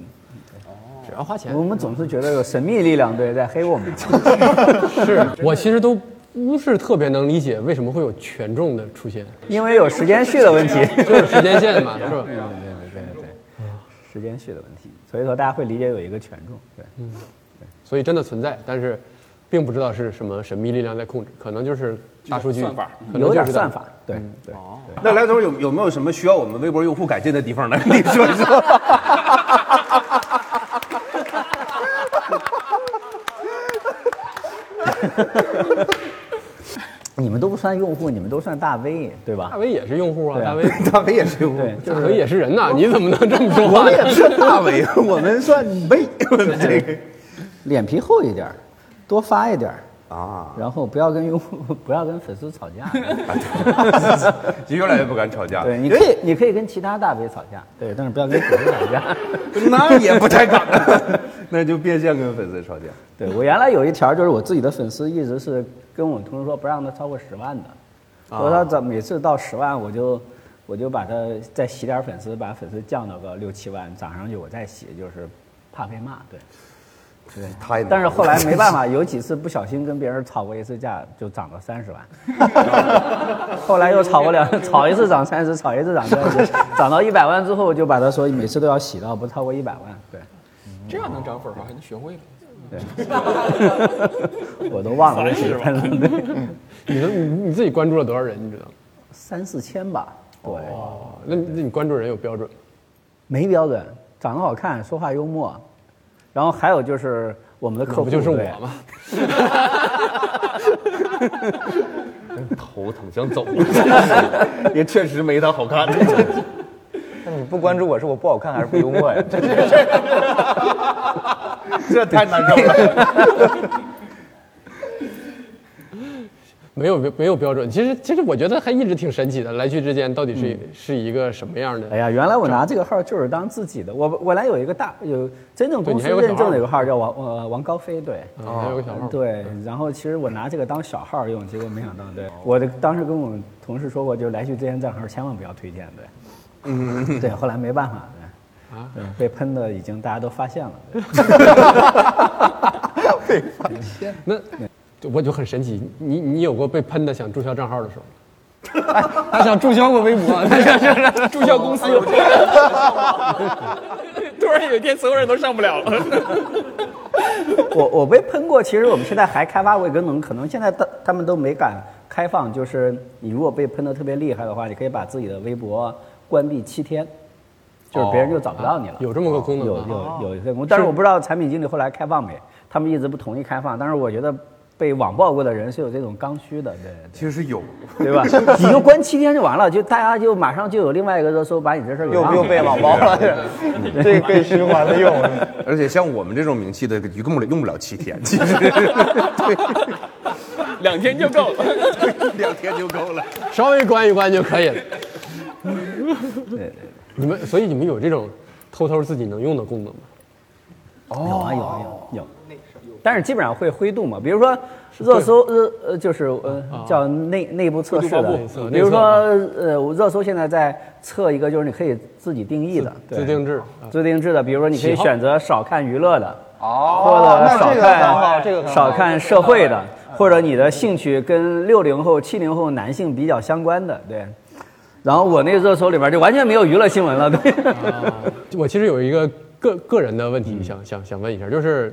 只要花钱
我们总是觉得有神秘力量对在黑我们， (laughs)
(laughs) 是我其实都不是特别能理解为什么会有权重的出现，
因为有时间序的问题，
就是时间线嘛，是 (laughs) 吧？
时间序的问题，所以说大家会理解有一个权重。对，
所以真的存在，但是并不知道是什么神秘力量在控制，可能就是大数据
算法，
可能
有
就
点
是
算法。嗯哦对对，
那来头有有没有什么需要我们微博用户改进的地方呢？ (laughs) 你说一说。
你们都不算用户，你们都算大 V，对吧
大？伟也是用户啊，
对啊
大伟
大伟也是用户，
对，
大伟也是人呐，你怎么能这么说话
(laughs) 我也
呢？
是大伟，我们算魏。 (laughs) 这个
脸皮厚一点儿，多发一点儿，
(laughs) 啊，
然后不要跟用 (laughs) 户，不要跟粉丝吵架。
越来越不敢吵架。
对，你可以，你可以跟其他大 V 吵架，对，但是不要跟粉丝吵架。
(laughs) 那也不太敢了， (laughs) 那就变相跟粉丝吵架。
对我原来有一条，就是我自己的粉丝一直是跟我同事说不让他超过十万的，我说怎每次到十万我就我就把他再洗点粉丝，把粉丝降到个六七万，涨上去我再洗，就是怕被骂。对，
(laughs) 太难了
但是后来没办法，有几次不小心跟别人吵过一次架，就涨到三十万。 (laughs) 后来又吵过两，吵一次涨三十，吵一次涨三十，涨到一百万之后，我就把他说每次都要洗到不超过一百万。对。
这样能涨粉儿吗？你学会了。
我都忘了几分了，
你都你你自己关注了多少人？你知道吗？
(laughs) 三四千吧。对，
哦，那那你关注人有标准吗？
没标准，长得好看，说话幽默，然后还有就是我们的客
可
户
不就是
对
我吗？
头疼想走了， (laughs) 也确实没他好看。 (laughs)
那你不关注我是我不好看还是不幽默 (laughs) 呀？这是
这太难受了。
没有没有标准，其实其实我觉得还一直挺神奇的，来去之间到底是、是一个什么样的？
嗯哎呀，原来我拿这个号就是当自己的。我我来有一个大有真正
对
公
你
司
还有个小
认证
号
的有个号叫王呃王高飞，对，
嗯还有个小号，
哦对，然后其实我拿这个当小号用，结果没想到，对我的当时跟我同事说过，就来去之前账号千万不要推荐，对，嗯，对，后来没办法，对，啊，被喷的已经大家都发现了，对
那就我就很神奇，你你有过被喷的想注销账号的时候吗？
他想注销我微博，
注销公司有这个， (laughs) 突然有一天所有人都上不了了。 (laughs)
(laughs) 我我被喷过，其实我们现在还开发过一个能，可能现在他他们都没敢开放，就是你如果被喷的特别厉害的话，你可以把自己的微博关闭七天，就是别人就找不到你了。
哦啊有这么个功能
有
吗？
有有一个功能，但是我不知道产品经理后来开放没，他们一直不同意开放。但是我觉得被网暴过的人是有这种刚需的，对
(laughs) 其实有，
对吧？
(laughs)
你就关七天就完了，就大家就马上就有另外一个热搜把你这事儿给
又
忘了
又被 (laughs) 网暴了，这可以循环的用。
而且像我们这种名气的，一共用不了七天，其实对，
两天就够了。
两天就够了。
稍微关一关就可以了。 (laughs) 你们所以你们有这种偷偷自己能用的功能吗？
有啊有啊有有，但是基本上会灰度嘛，比如说热搜呃呃就是呃叫内内部测试
灰
的
度报布，
比如说
内
呃我热搜现在在测一个就是你可以自己定义的，对
自定制啊
自定制的，比如说你可以
喜好
选择少看娱乐的，
(laughs) 哦
或者
那
少
这个很好，
看
这个很好
少看社会的，或者你的兴趣跟六零后、七零后男性比较相关的，对。然后我那个热搜里边就完全没有娱乐新闻了，对。 (laughs)
我其实有一个个个人的问
嗯
题，想想想问一下，就是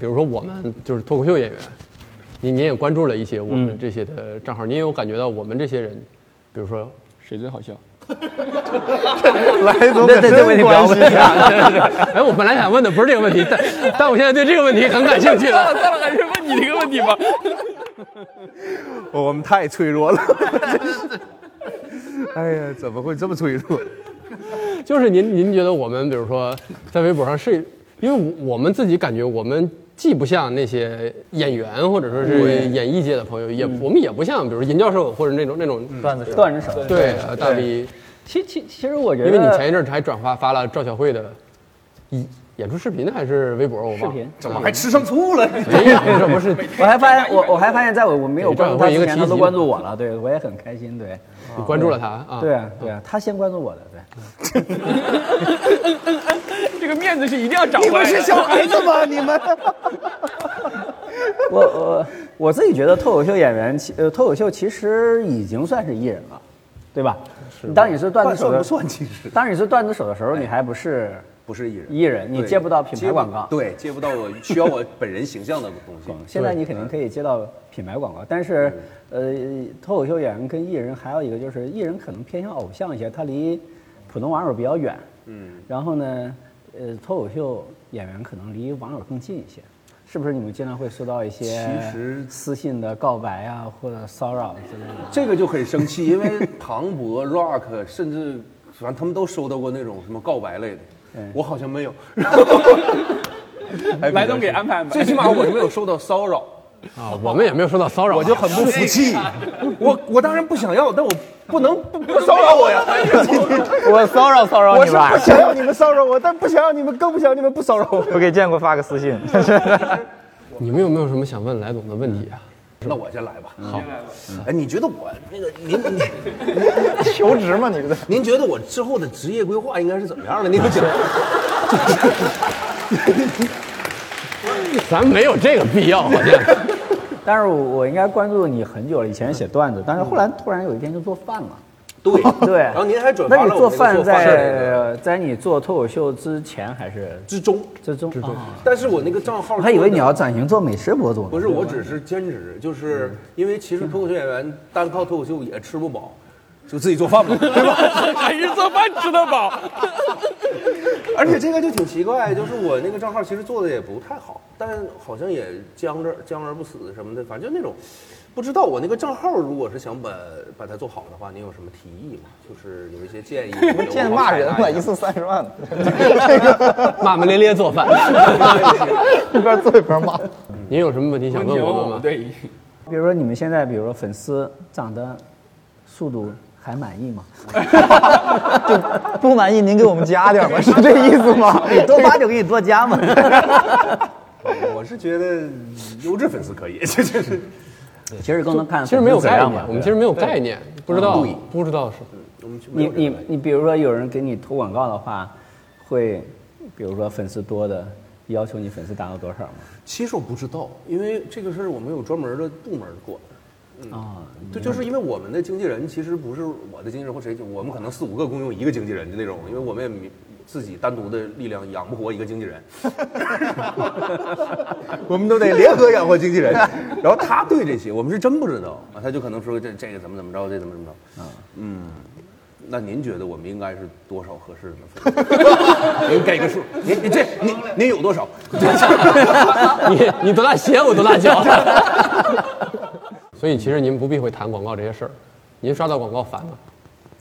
比如说我们就是脱口秀演员，您您也关注了一些我
嗯
们这些的账号，您有感觉到我们这些人，比如说
谁最好笑？
来总
这这这问题不要问
哎，我本来想问的不是这个问题，但但我现在对这个问题很感兴趣
算
了。
了算了，还是问你这个问题吧。
我们太脆弱了，真是。哎呀，怎么会这么脆弱？
就是您您觉得我们比如说在微博上是，因为我们自己感觉我们既不像那些演员或者说是演艺界的朋友，
嗯
也我们也不像比如说尹教授或者那种那种
段子手
段啊子手。
对呃大 V，
其其其实我觉得，
因为你前一阵儿还转发发了赵小慧的演演出视频还是微博，我
视
忘了 (laughs) 哎
频。，
怎么还吃上醋了？
没有，不是不
(laughs)
是，
我还发现我我还发现，在我我没有
对这样
关注他
会一
之
个
前，
提
他都
醒
关注我了，对我也很开心，对
你关注了他啊？
对啊对啊，他先关注我的，对。
这个面子是一定要找回来的。
孩子吗？你们？我我我自己觉得脱口秀演员，其呃，脱口秀其实已经算是艺人了，对吧？当你是段子手
算不
的，
算？其实
当你是段子手的时候，你还不是
不是艺人，
艺人，你
对
接不到品
接
牌
不
广告。
对，接不到我需要我本人形象的东西。
嗯现在你肯定可以接到品牌广告，但是，呃，脱口秀演员跟艺人还有一个就是，艺人可能偏向偶像一些，他离普通网友比较远。嗯。然后呢，呃，脱口秀演员可能离网友更近一些，是不是？你们经常会收到一些
其实
私信的告白啊，或者骚扰之类的。
(laughs) 这个就很生气，因 (laughs) 为庞博、Rock 甚至反正他们都收到过那种什么告白类的，我好像没有。哎 (laughs) 还比较
来东给安排安排
啊最起码我没有受到骚扰，
啊，我们也没有受到骚扰，
我就很不服气。我我当然不想要，但我不能不不骚扰我呀！
我骚扰骚扰
我
你
是
吧
不，想要你们骚扰我，但不想要你们，更不想要你们不骚扰我。
我给建国发个私 (laughs) 信。
你们有没有什么想问来总的问题啊？
那我先来吧。好，哎，你觉得我那个您您
求职吗？你们
您觉得我之后的职业规划应该是怎么样的？您讲，
咱没有这个必要，好像。
(laughs)
但是我我应该关注你很久了，以前写段子，但是后来突然有一天就做饭了。
对
对。
然后您还转
那
发
你
了
做
我那个
饭
做饭的
在在你做脱口秀之前还是
之中，
之中？之啊中。
但是我那个账号
我还以为你要转型做美食博主呢。
不是，嗯我只是兼职，就是因为其实脱口秀演员单靠脱口秀也吃不饱， (laughs) 就自己做 (laughs) 饭吧，对吧？
还是做饭吃得饱。
(laughs) 而且这个就挺奇怪，就是我那个账号其实做的也不太好，但好像也僵着僵而不死什么的，反正就那种不知道我那个账号如果是想把把它做好的话，您有什么提议吗？就是有一些
(laughs)
建议？
现在骂人了，一次三十万，
骂骂咧咧做饭。
(laughs) 一边做一边骂。
您有什么问题想问我们吗？
对，
比如说你们现在，比如说粉丝涨的速度还满意吗？
就不满意您给我们加点吧，是这意思吗？
多发就给 (laughs) 你多加嘛。
我是觉得嗯优质粉丝
(laughs)
可以，这就是
其实更能看。
其实没有概
嘛
念，。我们其实没有概念，不知道
对，
不知道是。
我们去没
你
有这个
你你，比如说有人给你投广告的话，会，比如说粉丝多的要求你粉丝达到多少吗？
其实我不知道，因为这个事儿我们有专门的部门管。
啊，
对，就是因为我们的经纪人其实不是我的经纪人或谁经，我们可能四五个共用一个经纪人的那种，因为我们也没自己单独的力量养不活一个经纪人，我们都得联合养活经纪人。然后他对这些我们是真不知道啊，他就可能说这这个怎么怎么着，这怎么怎么着。嗯，那您觉得我们应该是多少合适呢？ (laughs) 您给个数，您您这您您有多少？
(laughs)
你你多大鞋，我多大脚。 (laughs) 所以其实您不避讳谈广告这些事儿，您刷到广告烦吗？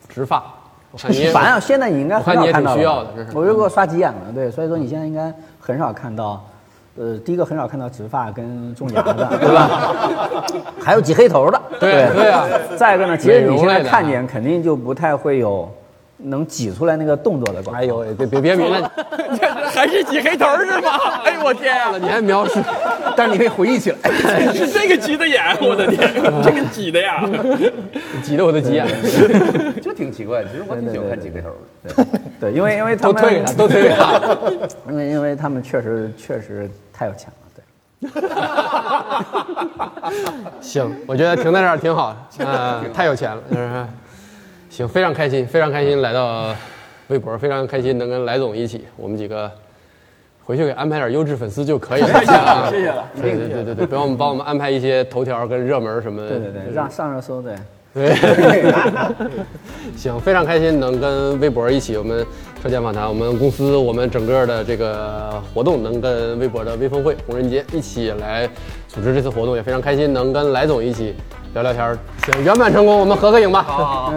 植
(laughs)
发，我 (laughs) 看您也
烦啊！现在你应该
我看
很
你
少
也
看到
挺
了
需要的这是
我就给我刷急眼了，对，所以说你现在应该很少看到，呃，第一个很少看到植发跟种
(laughs)
牙的，对吧？还有挤黑头的，
对对啊，
再一个呢，其实
美
你
容
现
类
在
的啊
看见肯定就不太会有能挤出来那个动作的广告。
哎呦喂，别别别别
(laughs)
了，
还是挤黑头儿是吗？哎呦我天啊，
你还描
(laughs)
述，
但是你可以回忆起来。
是这个挤的眼，我的天，这个挤的呀。
(laughs) 挤得我的急眼，
(laughs)
(laughs) 就挺奇怪的，其实我挺喜欢看几个头的。
对，因为因为他
都
们
推给他，都推给他。
因为因为他们确实确实太有钱了，对。
(laughs) 行，我觉得停在这儿挺好，呃，太有钱了。嗯行，非常开心，非常开心来到微博，非常开心能跟来总一起，我们几个回去给安排点优质粉丝就可以了。谢谢了，谢谢了。对对对对对，不要我们帮我们安排一些头条跟热门什么。
对对对，让上热搜对。
(laughs) 行，非常开心能跟微博一起，我们车间访谈，我们公司，我们整个的这个活动能跟微博的微峰会、红人节一起来组织这次活动，也非常开心能跟来总一起聊聊天儿。行，圆满成功，我们合个影吧。好，